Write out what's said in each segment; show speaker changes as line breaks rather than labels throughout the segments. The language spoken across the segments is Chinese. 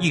一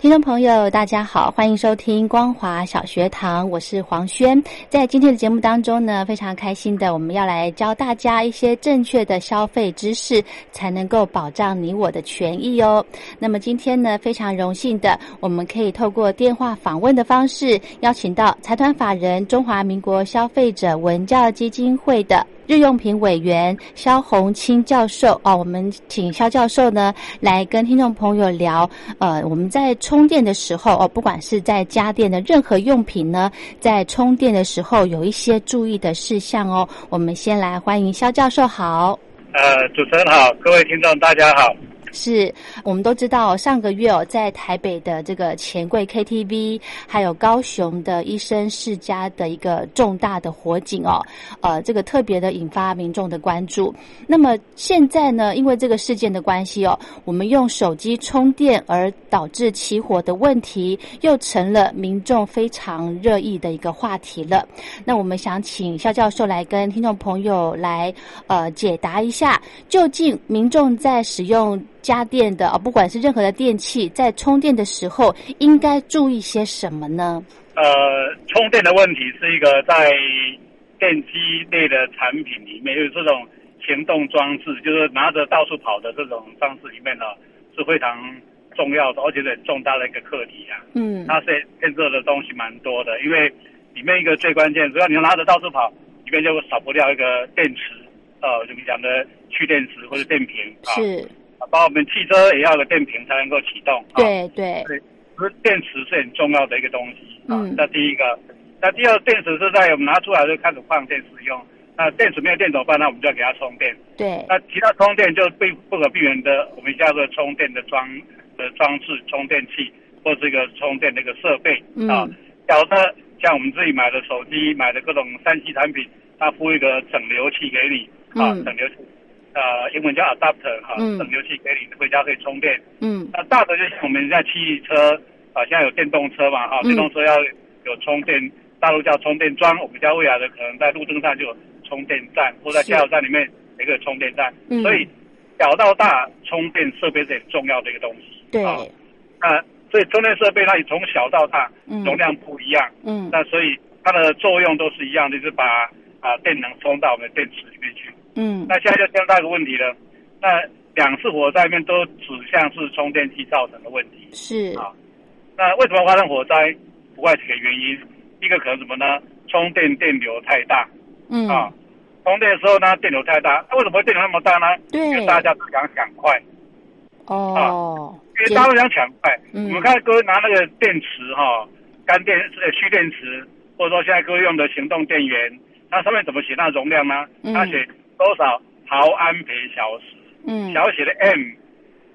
听众朋友，大家好，欢迎收听光华小学堂，我是黄轩。在今天的节目当中呢，非常开心的，我们要来教大家一些正确的消费知识，才能够保障你我的权益哦。那么今天呢，非常荣幸的，我们可以透过电话访问的方式，邀请到财团法人中华民国消费者文教基金会的。日用品委员肖红清教授啊，我们请肖教授呢来跟听众朋友聊，呃，我们在充电的时候哦，不管是在家电的任何用品呢，在充电的时候有一些注意的事项哦。我们先来欢迎肖教授，好。
呃，主持人好，各位听众大家好。
是我们都知道，上个月哦，在台北的这个钱柜 KTV，还有高雄的医生世家的一个重大的火警哦，呃，这个特别的引发民众的关注。那么现在呢，因为这个事件的关系哦，我们用手机充电而导致起火的问题，又成了民众非常热议的一个话题了。那我们想请肖教授来跟听众朋友来呃解答一下，究竟民众在使用家电的啊，不管是任何的电器，在充电的时候应该注意些什么呢？
呃，充电的问题是一个在电机类的产品里面，就是这种行动装置，就是拿着到处跑的这种装置里面呢，是非常重要的，而且很重大的一个课题啊。
嗯
它是建设的东西蛮多的，因为里面一个最关键，只要你拿着到处跑，里面就少不掉一个电池，呃，我们讲的蓄电池或者电瓶啊，
是，
包括我们汽车也要有个电瓶才能够启动。啊
对对，
不是电池是很重要的一个东西啊。
嗯
那第一个，那第二，电池是在我们拿出来就开始放电使用。那电池没有电怎么办？那我们就要给它充电。
对，
那提到充电，就避不可避免的，我们叫做充电的装的装置、充电器或这个充电的一个设备
嗯
啊。假如呢，像我们自己买的手机、买的各种三 C 产品，它附一个整流器给你啊，
嗯
整流器，呃，英文叫 adapter 哈、
嗯
整流器给你，回家可以充电。
嗯
那大的就像我们现在汽车啊，现在有电动车嘛，哈、
嗯
电动车要有充电，大陆叫充电桩，我们家未来的可能在路灯上就有充电站，或在
是
加油站里面有一个充电站。
嗯
所以小到大，充电设备是很重要的一个东西。
对，
啊，那所以充电设备它也从小到大
嗯
容量啊不一样，
嗯
那所以它的作用都是一样的，就是把啊电能充到我们的电池里面去。
嗯
那现在就牵到一个问题了，那两次火灾里面都指向是充电器造成的问题。
是，
啊那为什么发生火灾？不外几个原因，一个可能什么呢？充电电流太大
嗯
啊，充电的时候呢，电流太大。那为什么电流那么大呢？因为
对，
大家都想抢快，
哦，
因为
简
大家都想抢快。
嗯
我们看各位拿那个电池哈、干电呃蓄电池，或者说现在各位用的行动电源，它上面怎么写那容量呢？
嗯
它写多少毫安培小时，
嗯
小写的 m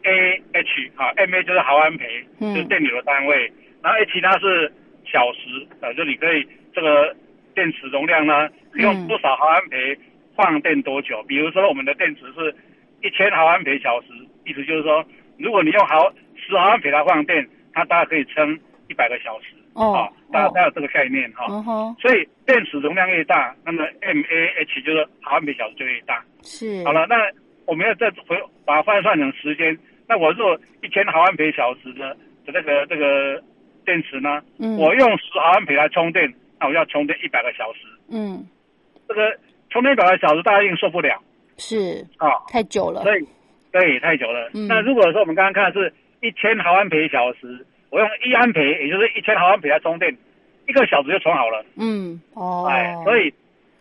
a h 啊，m a 就是毫安培，
嗯
就是电流的单位，然后 h 它是小时，呃，就你可以这个电池容量呢，
嗯
你用多少毫安培放电多久？比如说我们的电池是一千毫安培小时，意思就是说，如果你用毫十毫安培来放电，它大概可以撑一百个小时。
哦
啊，大家啊
哦
大家有这个概念哈、
嗯哼，
所以电池容量越大，那么 m a h 就是毫安培小时就越大。
是，
好了，那我们要再回把它换算成时间。那我如果一千毫安培小时的的这个这个电池呢，
嗯，
我用十毫安培来充电，那我要充电一百个小时。
嗯
这个充电一百个小时，大家一定受不了
是
啊、
太久了，
所以对太久了。
嗯
那如果说我们刚刚看的是一千毫安培小时，我用一安培，也就是一千毫安培来充电，一个小时就充好了。
嗯哦，
哎，所以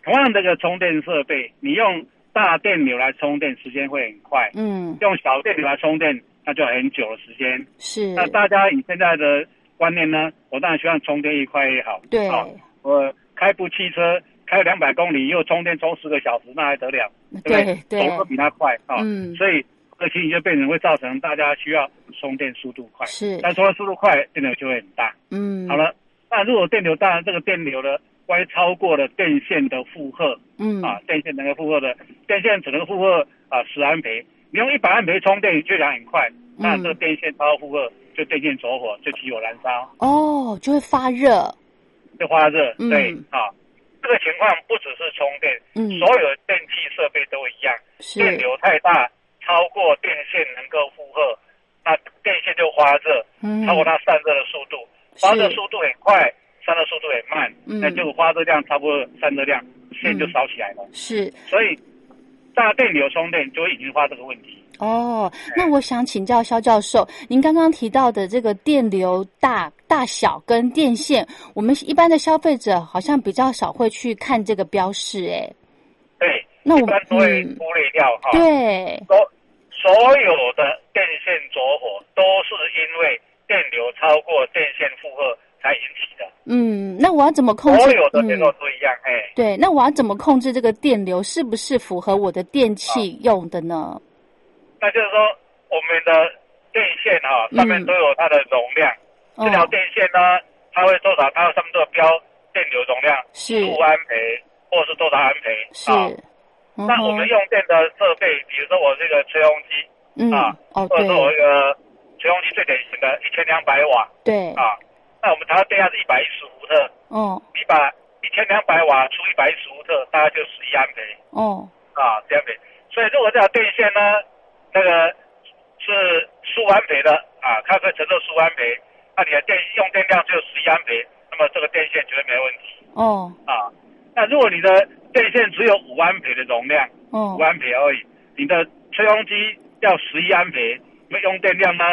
同样这个充电设备，你用大电流来充电，时间会很快。
嗯
用小电流来充电，那就很久的时间。
是，
那大家以现在的观念呢，我当然希望充电越快越好。
对，
啊我开部汽车开两百公里，又充电充十个小时，那还得了？对不
对对
总，都比它快啊。
嗯
所以这个情形就变成会造成大家需要充电速度快，
是，
但充电速度快，电流就会很大。
嗯
好，了，那如果电流大，这个电流呢，万一超过了电线的负荷，
嗯
啊，电线能够负荷的，电线只能负荷啊十安培，你用一百安培充电就讲很快，
嗯
那这个电线超负荷就电线着火，就起火燃烧，
哦就会发热，
就发热，
嗯
对啊。这个情况不只是充电，
嗯
所有的电器设备都一样，
是
电流太大，超过电线能够负荷，那电线就发热，
嗯
超过它散热的速度，
是
发热速度很快，散热速度很慢，
嗯
那就发热量超过散热量，线就烧起来了。
是
所以大电流充电就会引发这个问题。
哦，
哎
那我想请教肖教授，您刚刚提到的这个电流大大小跟电线，我们一般的消费者好像比较少会去看这个标示，哎，
对，
那我
一般都会
嗯
忽略掉哈。
对，
所所有的电线着火都是因为电流超过电线负荷才引起的，
嗯，那我要怎么控制？
所有的电
嗯
路都一样。哎，
对，那我要怎么控制这个电流是不是符合我的
啊
电器用的呢？
那就是说我们的电线哈
嗯
上面都有它的容量，
哦
这条电线呢，它会多少？它上面都有标电流容量，
是
五安培或是多少安培
是
啊？，
嗯
那我
哼
们用电的设备，比如说我这个吹风机，
嗯
啊
哦
或者说我
对
一个吹风机最典型的一千两百瓦
对
啊，那我们台湾电压是一百一十伏特，
哦
你把一千两百瓦除一百一十伏特，大概就十一安培
哦
啊，十安培。所以如果这条电线呢，那个是十五安培的啊，它可以承受十五安培，那你的电用电量只有十一安培，那么这个电线绝对没问题
哦
啊。那如果你的电线只有五安培的容量，
哦
五安培而已。你的吹风机要十一安培，那用电量呢、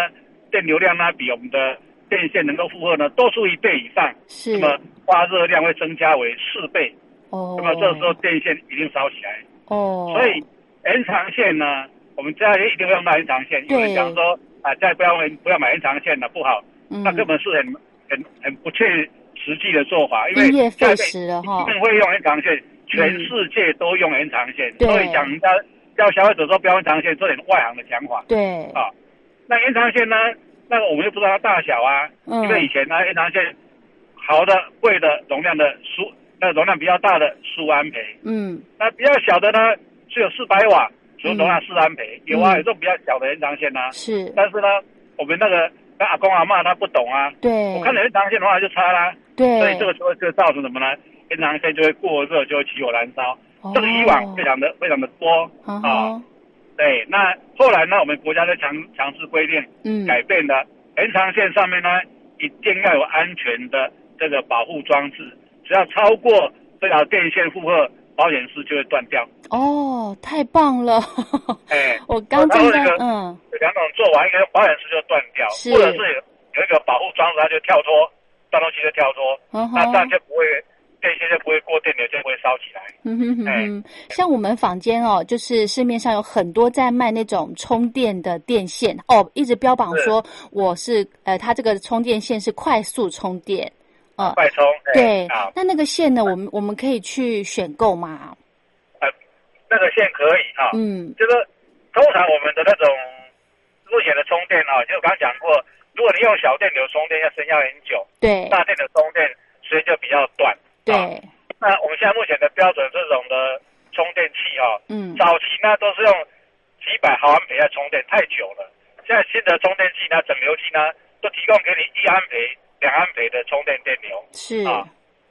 电流量呢，比我们的电线能够负荷呢多出一倍以上，那
是
么发热量会增加为四倍，
哦
那么这时候电线一定烧起来。
哦，
所以延长线呢，我们家里一定会用到延长线。
对
有人讲说啊，再不要不要买延长线了，不好，
嗯
那根本是很很很不切实际的做法，因为
因噎废
下面
食了哈
一，定会用延长线，全世界都用延长线，
对
所以讲人家叫消费者说不要用延长线，这点外行的讲法。
对
啊那延长线呢？那个我们又不知道它大小啊，
嗯
因为以前呢，延长线好的、贵的容量的数，那容量比较大的数安培，
嗯
那比较小的呢只有四百瓦，只有容量四安培。有啊，
嗯
有这种比较小的延长线啊，
是
但是呢，我们那个那阿公阿嬷他不懂啊，
对，
我看了延长线的话就差啦、
对，
所以这个时候就造成什么呢？延长线就会过热，就会起火燃烧。这个以往非常的非常的多
哦
啊
哼。
对，那后来呢，我们国家就强强制规定
嗯
改变了延长线上面呢，一定要有安全的这个保护装置，只要超过这条电线负荷，保险丝就会断掉。
哦，太棒了！
哎，
我刚
然
正
后那
在
个
嗯
有两种做完，一个保险丝就断掉，
是
或者是有有一个保护装置，它就跳脱，断头器就跳脱，
嗯
那这样
哼
就不会电线就不会过电流，就不会烧烧起来。
嗯哼哼
哎
哼，像我们坊间哦，就是市面上有很多在卖那种充电的电线哦，一直标榜
是
说我是呃，它这个充电线是快速充电，呃，
快充，哎
对
啊，，
那那个线呢，我们我们可以去选购嘛？
那个线可以啊哈、
嗯
就是通常我们的那种目前的充电啊，就刚讲过，如果你用小电流充电要生效很久，
对
大电流充电时间就比较短。啊
对，
那我们现在目前的标准这种的充电器啊，
嗯
早期呢都是用几百毫安培在充电，太久了。现在新的充电器呢，整流器呢，都提供给你一安培、两安培的充电电流，
是，
啊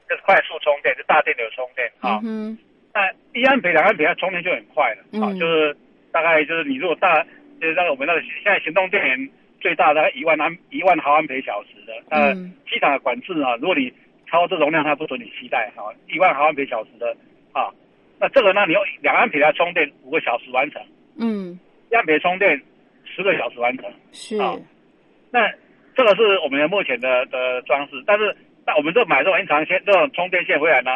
这是快速充电，是大电流充电啊
嗯。哼，
那一安培、两安培它充电就很快了、啊，
嗯
就是大概就是你如果大就是那个我们那个现在行动电源最大大概一万安一万毫安培小时的，那
嗯
机场的管制啊，如果你超这容量，它不准你携带啊，一万毫安培小时的啊，那这个呢，你用两安培来充电五个小时完成，
嗯
一安培充电十个小时完成，
是，
啊那这个是我们的目前的的装饰，但是那我们这买这种延长线这种充电线回来呢，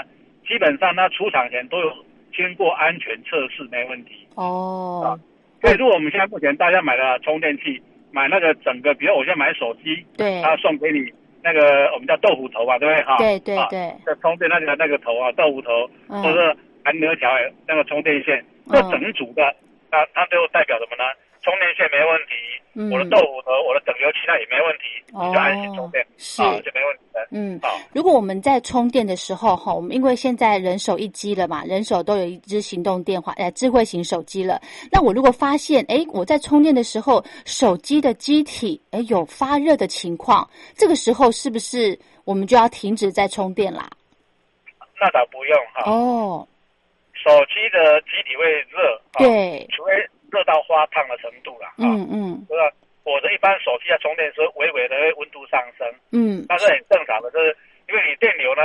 基本上它出厂前都有经过安全测试，没问题。啊
哦，
所以如果我们现在目前大家买的充电器，买那个整个，比如我现在买手机，
对
它送给你那个我们叫豆腐头吧，对不对？哈，
对对
啊啊
对，
这充电那个那个头啊，豆腐头，
嗯
或者含牛条那个充电线，
嗯
这整组的，它它都代表什么呢？充电线没问题，
嗯哦
我的豆啊腐头，我的整流器那也没问题，你就安心充电，
是
啊，就没问题的。
嗯。
啊，
如果我们在充电的时候，哈，我们因为现在人手一机了嘛，人手都有一只行动电话，呃，智慧型手机了。那我如果发现，哎，我在充电的时候，手机的机体，哎，有发热的情况，这个时候是不是我们就要停止再充电啦？
那倒不用哈、
哦，
手机的机体会热，啊，
对，
除非热到发烫的程度了，啊，
嗯嗯
这个我的一般手机在啊充电的时候，微微的会温度上升，
嗯，
那是很正常的，就是因为你电流呢，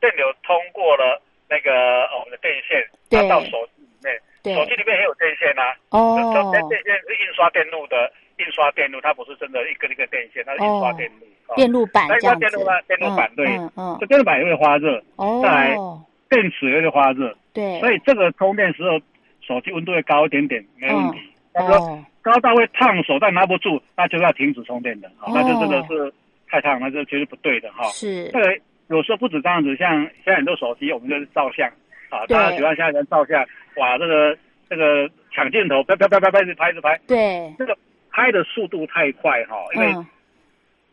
电流通过了那个呃我们的电线，
对
它到手机里面，
对，
手机里面也有电线啊，
哦，
这这电线是印刷电路的，印刷电路它不是真的一根一根电线，它是印刷电路。
哦
啊
电路板
那
这样子
电路板，电路板
嗯
对
嗯嗯
这，电路板也会发热，再来
哦，
电池也会发热，
对，啊哦
所以这个充电时候手机温度会高一点点，没问题。他说
哦，
高到会烫手，但拿不住，那就要停止充电的。好，那就这个是太烫，那是绝对不对的哈。
哦是
这，个有时候不止这样子，像现在很多手机，我们就是照相啊，
对
大家喜欢现在人照相，哇，这个这个抢镜头，啪啪啪啪啪一直拍一直拍，
对，
这个拍的速度太快哈，因为
嗯，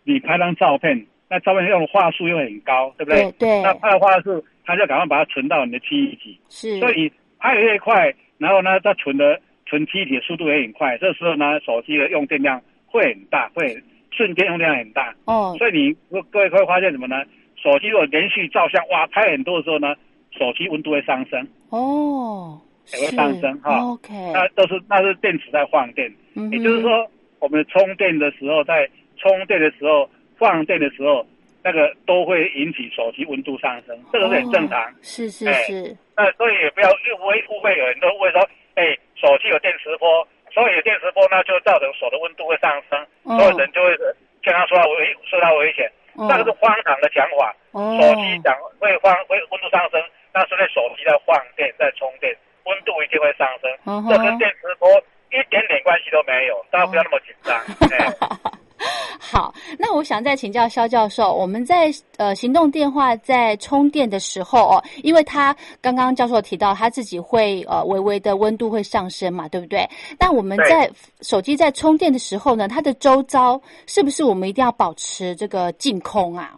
你拍张照片，那照片用的话术又很高，对不
对
对？
对，
那拍的话术，他就赶快把它存到你的记忆体，
是，
所以拍的越快，然后呢，它存的存机体的速度也很快，这时候呢，手机的用电量会很大，会瞬间用电量很大。
哦，
所以你如各位会发现什么呢？手机如果连续照相，哇，拍很多的时候呢，手机温度会上升，
哦，
也会
是
上升哈
OK，
那都是那是电池在放电，
嗯
也就是
哼，
说，我们充电的时候，在充电的时候、放电的时候，那个都会引起手机温度上升，这个是很正常。
哦是是
哎
是，
那所以也不要误会误会，有人都误会说，哎、手机有电磁波，所以有电磁波呢就造成手的温度会上升，
嗯
所有人就哎会健康受到危受到危险，
哦
那个是荒唐的讲法。
哦，
手机讲会放会温度上升，那是在手机在放电在充电，温度一定会上升，
嗯
这跟
哼
电磁波一点点关系都没有，大家不要那么紧张。 哎
好，那我想再请教肖教授，我们在呃行动电话在充电的时候哦，因为他刚刚教授提到他自己会呃微微的温度会上升嘛，对不对？那我们
对
在手机在充电的时候呢，它的周遭是不是我们一定要保持这个净空啊？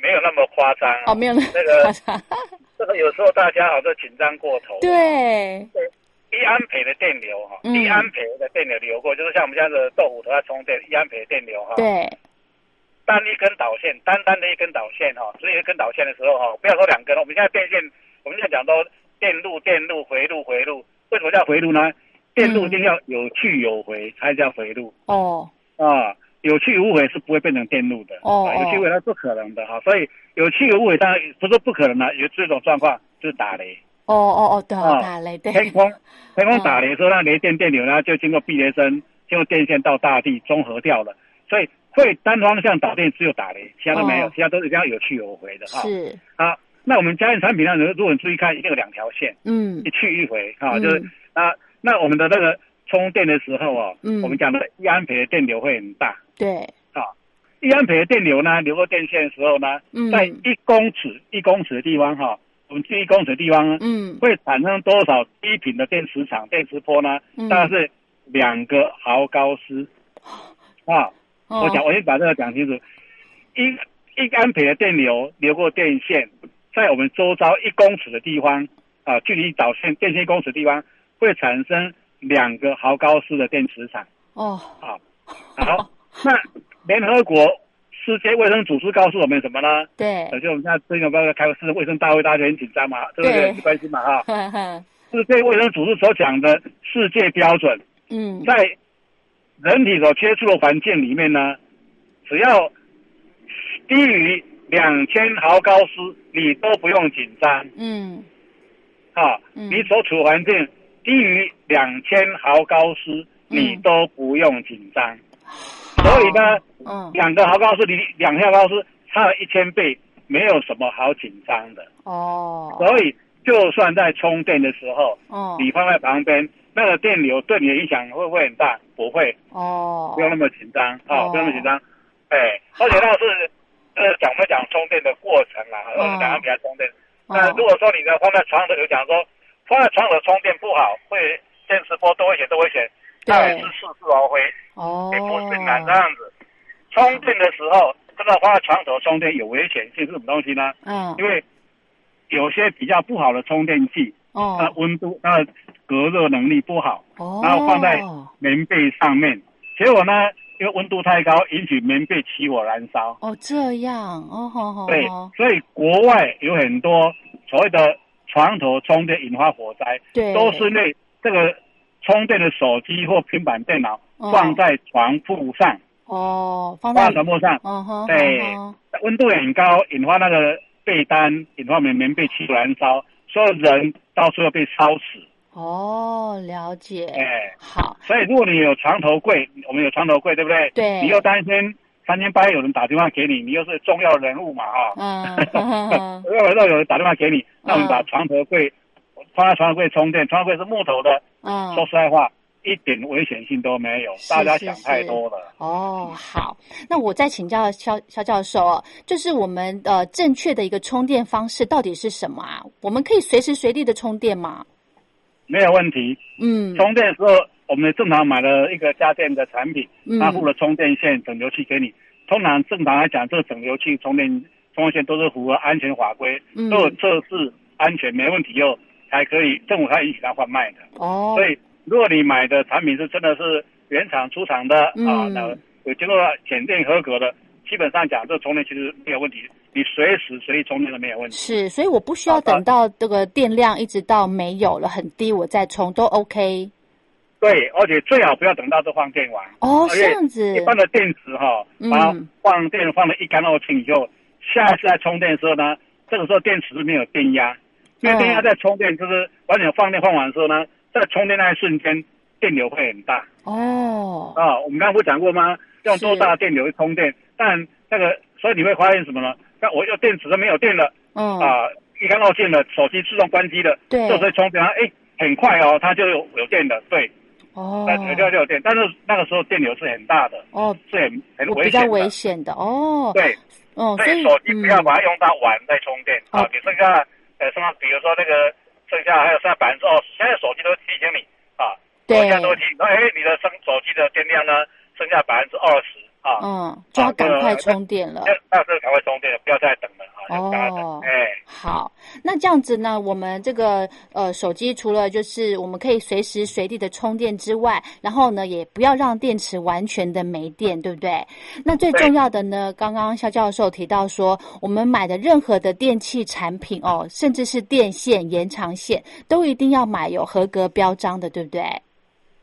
没有那么夸张、
哦，没有那
那个
个，
这个有时候大家好像紧张过 头。
对，
一安培的电流哈，
嗯
一安培的电流流过，就是像我们家的豆腐头在充电，一安培的电流哈。。
对，
单一根导线，单单的一根导线哈，只有一根导线的时候哈，不要说两根了，我们现在电线，我们现在讲到电路、电路回路、回路，为什么叫回路
嗯
呢？电路一定要有去有回才叫回路
哦，
啊，有去无回是不会变成电路的
哦
啊，有去
哦
无回它是不可能的哈、所以有去有回当然不是不可能的、有这种状况就是打雷。
哦哦哦，对，
啊
打雷，对，
天空天空打雷的时候，那雷电电流呢就经过避雷针，经过电线到大地中和掉了，所以会单方向导电只有打雷，其他都没有，
哦
其他都是这样有去有回的哈。
是，
啊，那我们家用产品呢，如果你注意看，一定有两条线，
嗯
一去一回啊，
嗯
就是那那我们的那个充电的时候哦，
嗯
我们讲的一安培的电流会很大，
对，
一安培的电流呢流过电线的时候呢，
嗯
在一公尺一公尺的地方哈、我们距一公尺的地方呢，
嗯
会产生多少低频的电磁场、电磁波呢？
嗯
大概是两个毫高斯。啊，
哦
我讲，我先把这个讲清楚。一一安培的电流流过电线，在我们周遭一公尺的地方啊，距离导线电线一公尺的地方会产生两个毫高斯的电磁场。
哦
好，那联合国世界卫生组织告诉我们什么呢？呃
对，
而且我们现在最近不要开世界卫生大会，大家就很紧张嘛，对不对？
对
很关心嘛啊。
呵呵
世界卫生组织所讲的世界标准，
嗯
在人体所接触的环境里面呢，只要低于两千毫高斯，你都不用紧张
嗯
啊。
嗯
你所处环境低于两千毫高斯，你都不用紧张。
哦
所以呢，
嗯
两个毫高斯，你两千毫高斯差了一千倍，没有什么好紧张的。
哦
所以，就算在充电的时候，
哦
你放在旁边，那个电流对你的影响会不会很大？不会，
哦
不用那么紧张啊，
哦
不用那么紧张。哎，而且那是呃，讲我们讲充电的过程啊，
哦
呃，两个比较充电。那
哦
如果说你呢放在床头，有讲说放在床头充电不好，会电磁波多危险多危险，
对
那也是啊似是而非，
哦
也不是难这样子。充电的时候，真的放在床头充电有危险性是什么东西呢？
嗯
因为有些比较不好的充电器，它
哦
温度它的隔热能力不好，
哦，
然后放在棉被上面，结果呢，因为温度太高，引起棉被起火燃烧。
哦这样哦吼吼
对
吼，
所以国外有很多所谓的床头充电引发火灾，
对，
都是因为这个充电的手机或平板电脑
哦
放在床铺上，
哦放
放
在
在床铺上，
哦吼
对
哦
温度也很高，引发那个被单，引发棉棉被起火燃烧，所以人到处要被烧死。
吼哦了解
哎，
好
所以如果你有床头柜，我们有床头柜，对不对？
对
你又担心三天半夜有人打电话给你，你又是重要人物嘛啊，
嗯呵呵
如果有人打电话给你，那我
嗯
们把床头柜放在床头柜充电，床头柜是木头的，
嗯
说实在话，一点危险性都没有，
是
大家
是
想
是
太多了。
哦，好，那我再请教肖肖教授哦，就是我们呃正确的一个充电方式到底是什么啊？我们可以随时随地的充电吗？
没有问题，
嗯，
充电的时候，我们正常买了一个家电的产品，
嗯
它附了充电线、整流器给你。通常正常来讲，这个整流器、充电充电线都是符合安全法规，
嗯
都有测试安全没问题后，才可以政府才允许它贩卖的。
哦，
所以，如果你买的产品是真的是原厂出厂的、啊，
嗯
那有经过检验合格的，基本上讲这充电其实没有问题，你随时随地充电都没有问题。
是，所以我不需要
好的
等到这个电量一直到没有了很低我再充都 OK
对，而且最好不要等到这放电完。
哦，
而
这
且
样子
一般的电池哈、
嗯
把它放电放的一干二净以后，下次在充电的时候呢，这个时候电池没有电压，因为
嗯
电压在充电就是完全放电放完的时候呢，在充电那一瞬间电流会很大
哦，
啊。我们刚刚不讲过吗？用多大的电流去充电？但那个所以你会发现什么呢？那我用电池都没有电了
嗯，
啊，一干二净了，手机自动关机了，
对
这时候充电它哎很快哦，它就有有电了，对，呃
哦，
那就就有电，但是那个时候电流是很大的。
哦，
是很很
我
危
比较
险的。
危险的哦，，
对，
哦，
所
所以
以手机不要
嗯
把它用到晚再充电、
哦
啊，你剩下呃剩下比如说那个剩下还有剩下百分之二十，现在手机都会提醒你啊，
对
现在都会提醒你说，哎，你的生手机的电量呢剩下百分之二十啊，
嗯，就要赶快
这个
充电 了
那。那这个才会充电，不要再等了啊，就赶快
哦
等，哎，
好，那这样子呢，我们这个呃手机除了就是我们可以随时随地的充电之外，然后呢也不要让电池完全的没电，对不对？那最
对
重要的呢，刚刚肖教授提到说，我们买的任何的电器产品哦，甚至是电线、延长线，都一定要买有合格标章的，对不对？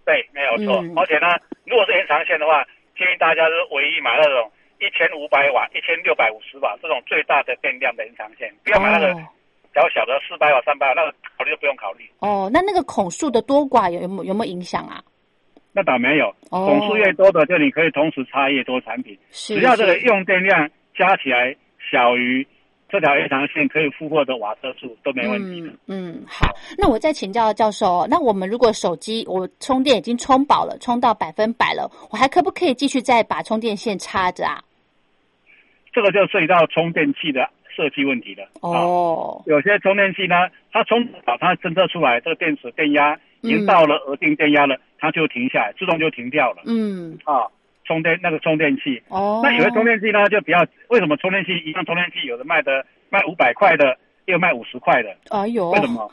对，没有错。
嗯
而且呢，如果是延长线的话，建议大家是唯一买那种一千五百瓦、一千六百五十瓦这种最大的电量的延长线，不要买那个
哦
小小的四百瓦、三百瓦，那个考虑就不用考虑。
哦，那那个孔数的多寡有有没有有没有影响啊？
那倒没有，
哦
总数越多的，就你可以同时插越多产品，
是
只要这个
是
用电量加起来小于。这条延长线可以负荷的瓦车数都没问题的。
嗯嗯，好。那我再请教教授、哦，那我们如果手机我充电已经充饱了，充到百分百了，我还可不可以继续再把充电线插着啊？
这个就涉及到充电器的设计问题了。啊，
哦，
有些充电器呢，它充饱，它侦测出来这个电池电
嗯
压已经到了额定电压了，它就停下来，自动就停掉了。
嗯，
啊，充电那个充电器，
哦，
那有的充电器呢就比较，为什么充电器一样充电器有的卖的卖五百块的，也有卖五十块的，
哎呦，
为什么？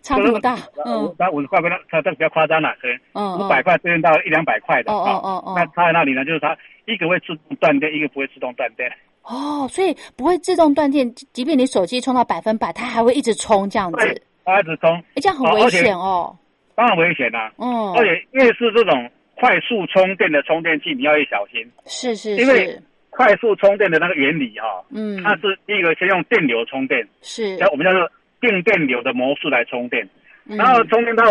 差那么大？
五
嗯
那五十块不它这个比较夸张了，可能
嗯，
五百
块，
块对应到一两百块的
哦
啊。
哦哦
那
哦，
差在那里呢，就是它一个会自动断电，一个不会自动断电。
哦，所以不会自动断电，即即便你手机充到百分百，它还会一直充这样子，
对它一直充，
哎，这样很
哦
危
而且
险哦。
当然危险啦、
嗯，
而且越是这种快速充电的充电器，你要越小心。
是是
因为
是，
快速充电的那个原理哈、
嗯，
它是第一个先用电流充电，
是，
然后我们叫做定电流的模式来充电。
嗯
然后充电到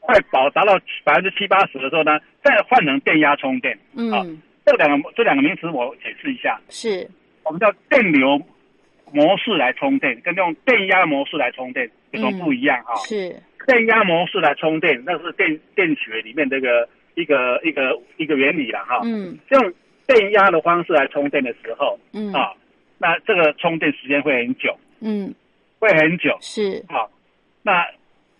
快饱达到百分之七八十的时候呢，再换成电压充电。啊
嗯
这两个这两个名词我解释一下，
是，
我们叫电流模式来充电，跟用电压模式来充电有什么不一样啊？
是，
电压模式来充电，那是电电学里面这个一个一个一个原理了哈。
嗯
用电压的方式来充电的时候
嗯
啊，那这个充电时间会很久，
嗯
会很久
是，
啊。那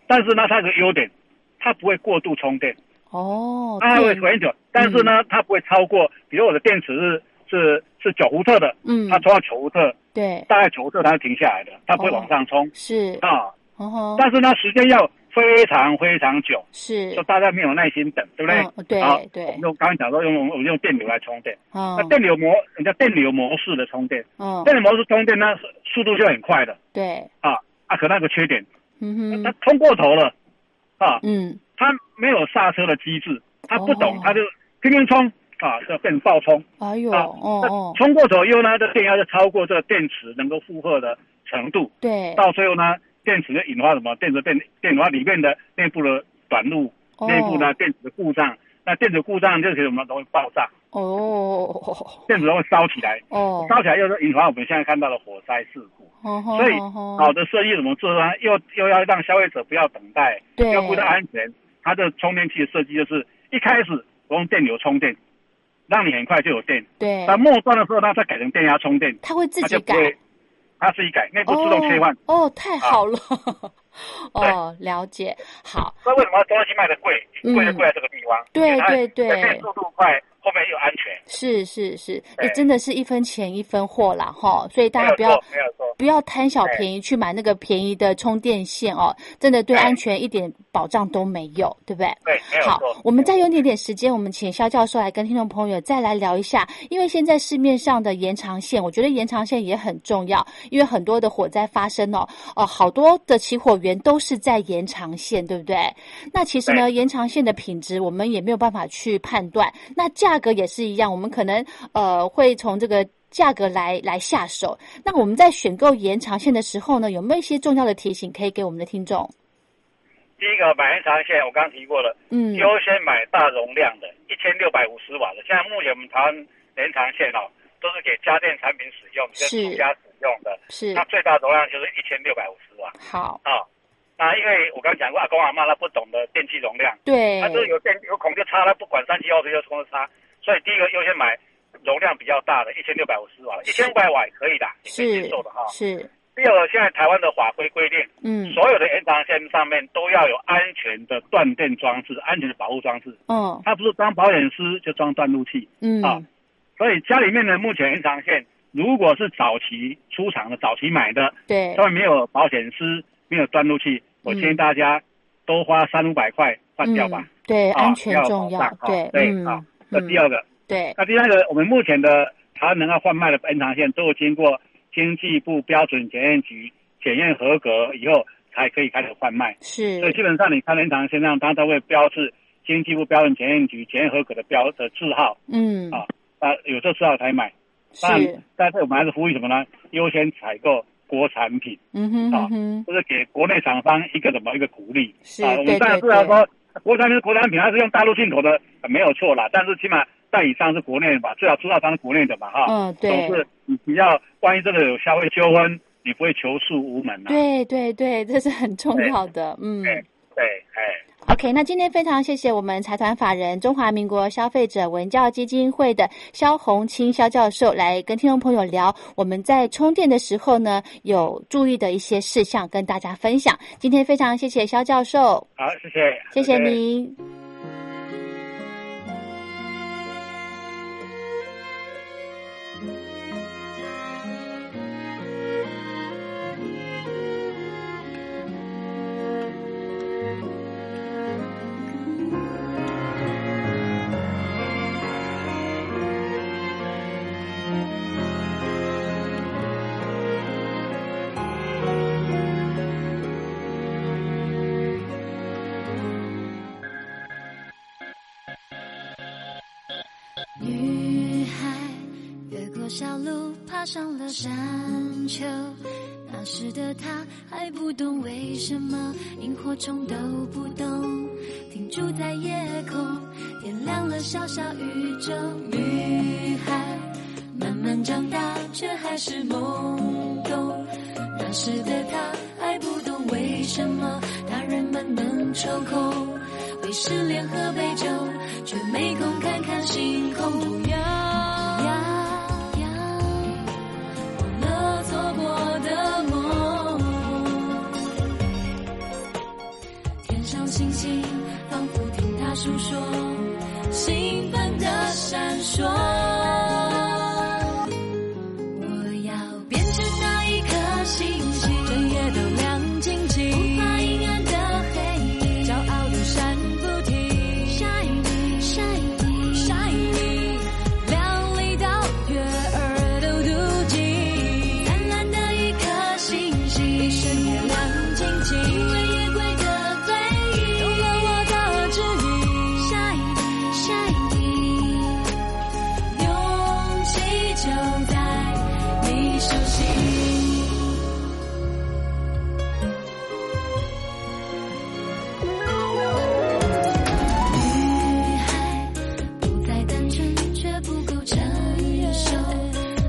但是呢，它有个优点，它不会过度充电。
哦，
它
对
会
嗯
很久，但是呢，它不会超过，比如我的电池是是是九伏特的，
嗯
它充到九伏特，
对
大概九伏特它就停下来的，它不会往上冲
是，
啊。
嗯哼
但是呢，时间要非常非常久，
是
就，啊大家没有耐心等，对不对？
嗯对
好
对
我们就刚刚讲说用我们用电流来充电，
嗯
那电流模人家电流模式的充电，
嗯
电流模式充电呢速度就很快的
对，
啊啊，可那个缺点，
嗯
它
哼
冲过头了啊，
嗯
它没有刹车的机制，它不懂
哦，
它就拼命冲啊，就变成爆冲。
哎呦
啊
哦
那
哦
冲过头以后呢，这电压就超过这个电池能够负荷的程度，
哦对
到最后呢，电池就引发什么？电池变电发里面的内部的短路，
哦
内部呢电子的故障，那电子故障就是什么都会爆炸，
哦
电子都会烧起来，
哦嗯
烧起来又是引发我们现在看到的火灾事故。所
所
以啊好的设计怎么做呢？又又要让消费者不要等待，
对
要顾到安全。它的充电器的设计就是一开始我用电流充电，让你很快就有电。
对，
到末端的时候呢，再改成电压充电，
它会自
它
己
就不
改
会，它自己改，内部自动切换。啊
哦哦，太好了，
对
哦了解，好
那为什么东西卖的贵？
嗯
贵就贵在这个地方。
对
因为它
对对
前面速度快，后面又安全。
是是是，哎
对
真的是一分钱一分货啦哈，所以大家不
没有
要
错，没有错。
不要贪小便宜去买那个便宜的充电线哦，真的对
对
安全一点保障都没有，对不对？
对，没有
好
错。，
我们再用一点点时间，我们请肖教授来跟听众朋友再来聊一下，因为现在市面上的延长线，我觉得延长线也很重要，因为很多的火灾发生哦，呃，好多的起火源都是在延长线，对不对？那其实呢，延长线的品质我们也没有办法去判断，那价格也是一样，我们可能呃会从这个。价格来来下手。那我们在选购延长线的时候呢，有没有一些重要的提醒可以给我们的听众？
第一个买延长线，我刚刚提过了，
嗯，
优先买大容量的，一千六百五十瓦的。现在目前我们台湾延长线哦，都是给家电产品使用，跟
是
住家使用的。
是
那最大容量就是一千六百五十瓦
好，
啊。那因为我刚讲过，阿公阿妈他不懂得电器容量，
对，
他就是有电有孔就插，他不管三七二十一就冲着插。所以第一个优先买容量比较大的，一千六百五十瓦的，一千五百瓦也可以的，也可以接
是
受的哈。
是，
第二个，现在台湾的法规规定，
嗯
所有的延长线上面都要有安全的断电装置、安全的保护装置，
嗯
它不是装保险丝就装断路器。啊
嗯
所以家里面的目前延长线，如果是早期出厂的、早期买的，
对
上，面没有保险丝、没有断路器，我建议大家都花三五百块换掉吧
嗯。对，
啊
安全重
要保障
对
啊对
嗯
啊这
嗯
第二个，
对
那第三个，我们目前的台湾能够换卖的延长线，都有经过经济部标准检验局检验合格以后，才可以开始换卖。所以基
是，
本上你看延长线上，它都会标志经济部标准检验局检验合格的标的字号
嗯
啊啊，有这字号才买。当
是
然，，但是我们还是呼吁什么呢？优先采购国产品，
嗯哼
啊
嗯哼，
这是给国内厂商一个什么一个鼓励
是
啊。我
对
们上次
对
要
对
说国产品是国产品，它是用大陆进口的，呃没有错啦。但是起码代理商是国内的吧，最好制造商是国内的吧，哈。
嗯
啊总
对，
是你要万一这个有消费纠纷，你不会求诉无门啊。
对对对，这是很重要的。嗯
对对，哎。
，OK，那今天非常谢谢我们财团法人中华民国消费者文教基金会的肖红清肖教授来跟听众朋友聊我们在充电的时候呢有注意的一些事项跟大家分享。今天非常谢谢肖教授，
好，谢谢，
谢谢您。
女孩越过小路，爬上了山丘。那时的她还不懂为什么萤火虫都不懂，停驻在夜空，点亮了小小宇宙。女孩慢慢长大，却还是懵懂。那时的她还不懂为什么大人们能抽空。为失恋喝杯酒，却没空看看星空。不要要忘了做过的梦。天上星星仿佛听它诉说，兴奋的闪烁。我要变成那一颗星星，整夜都亮晶晶，不怕阴暗的黑夜，骄傲的闪不停，shining shining shining，亮丽到悦耳都镀金，灿烂的一颗星星，比深夜亮晶晶，因为夜归的回忆，懂了我的指引，shining shining。勇气就在你手心。女孩不再单纯，却不够成熟。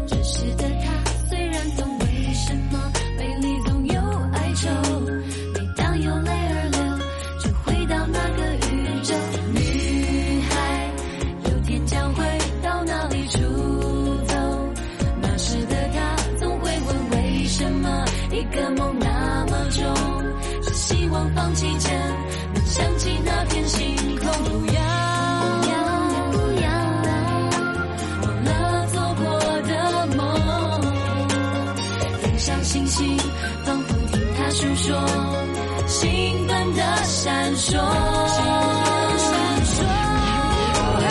这时的她虽然懂为什么美丽总有哀愁，每当有泪而流，就回到那个宇宙。女孩。有天将会到哪里出走？那时的他总会问为什么一个梦那么重，是希望放弃前能想起那片星空。不要不要忘了做过的梦，天上星星仿佛听它诉说，兴奋的闪烁。我要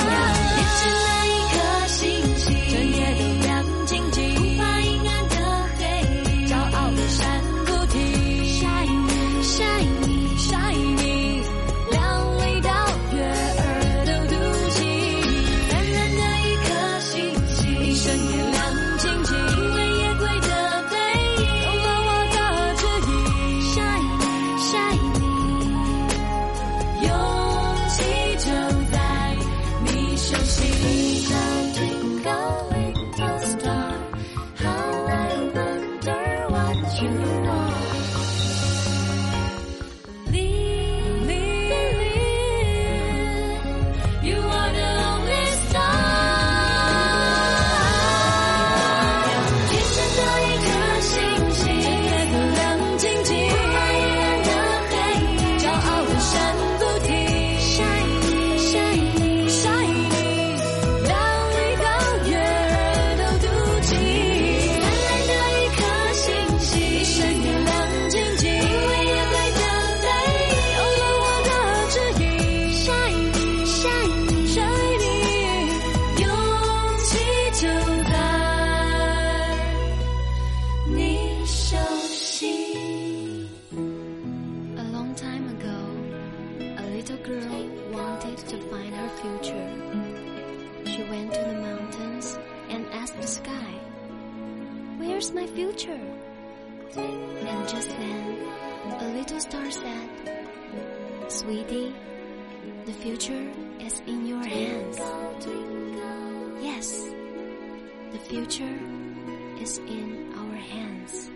变成那一颗星星，整夜都亮晶晶，不怕阴暗的黑夜，骄傲的闪不停，shining shining shining，亮丽到悦耳都镀金，蓝蓝的一颗星星，一生也亮晶晶，因为夜归的背影，懂了我的指引，shining shining。勇气就在你手心。Twinkle twinkle little star, how I wonder what you are. Believe, you are the only star. 天上的一颗星星，整夜都亮晶晶，不怕阴暗的黑夜，骄傲的闪不停，shining shining shining，亮丽到悦耳都镀金，灿烂的一颗星星，一生也亮晶晶，因为夜归的背影，有了我的指引，shining shining shining，勇气就在。你手心。A long time ago, a little girl wanted to find her future. She went to the mountains and asked the sky, Where's my future? And just then, a little star said, Sweetie, the future is in your hands. Yes, the future is in our hands.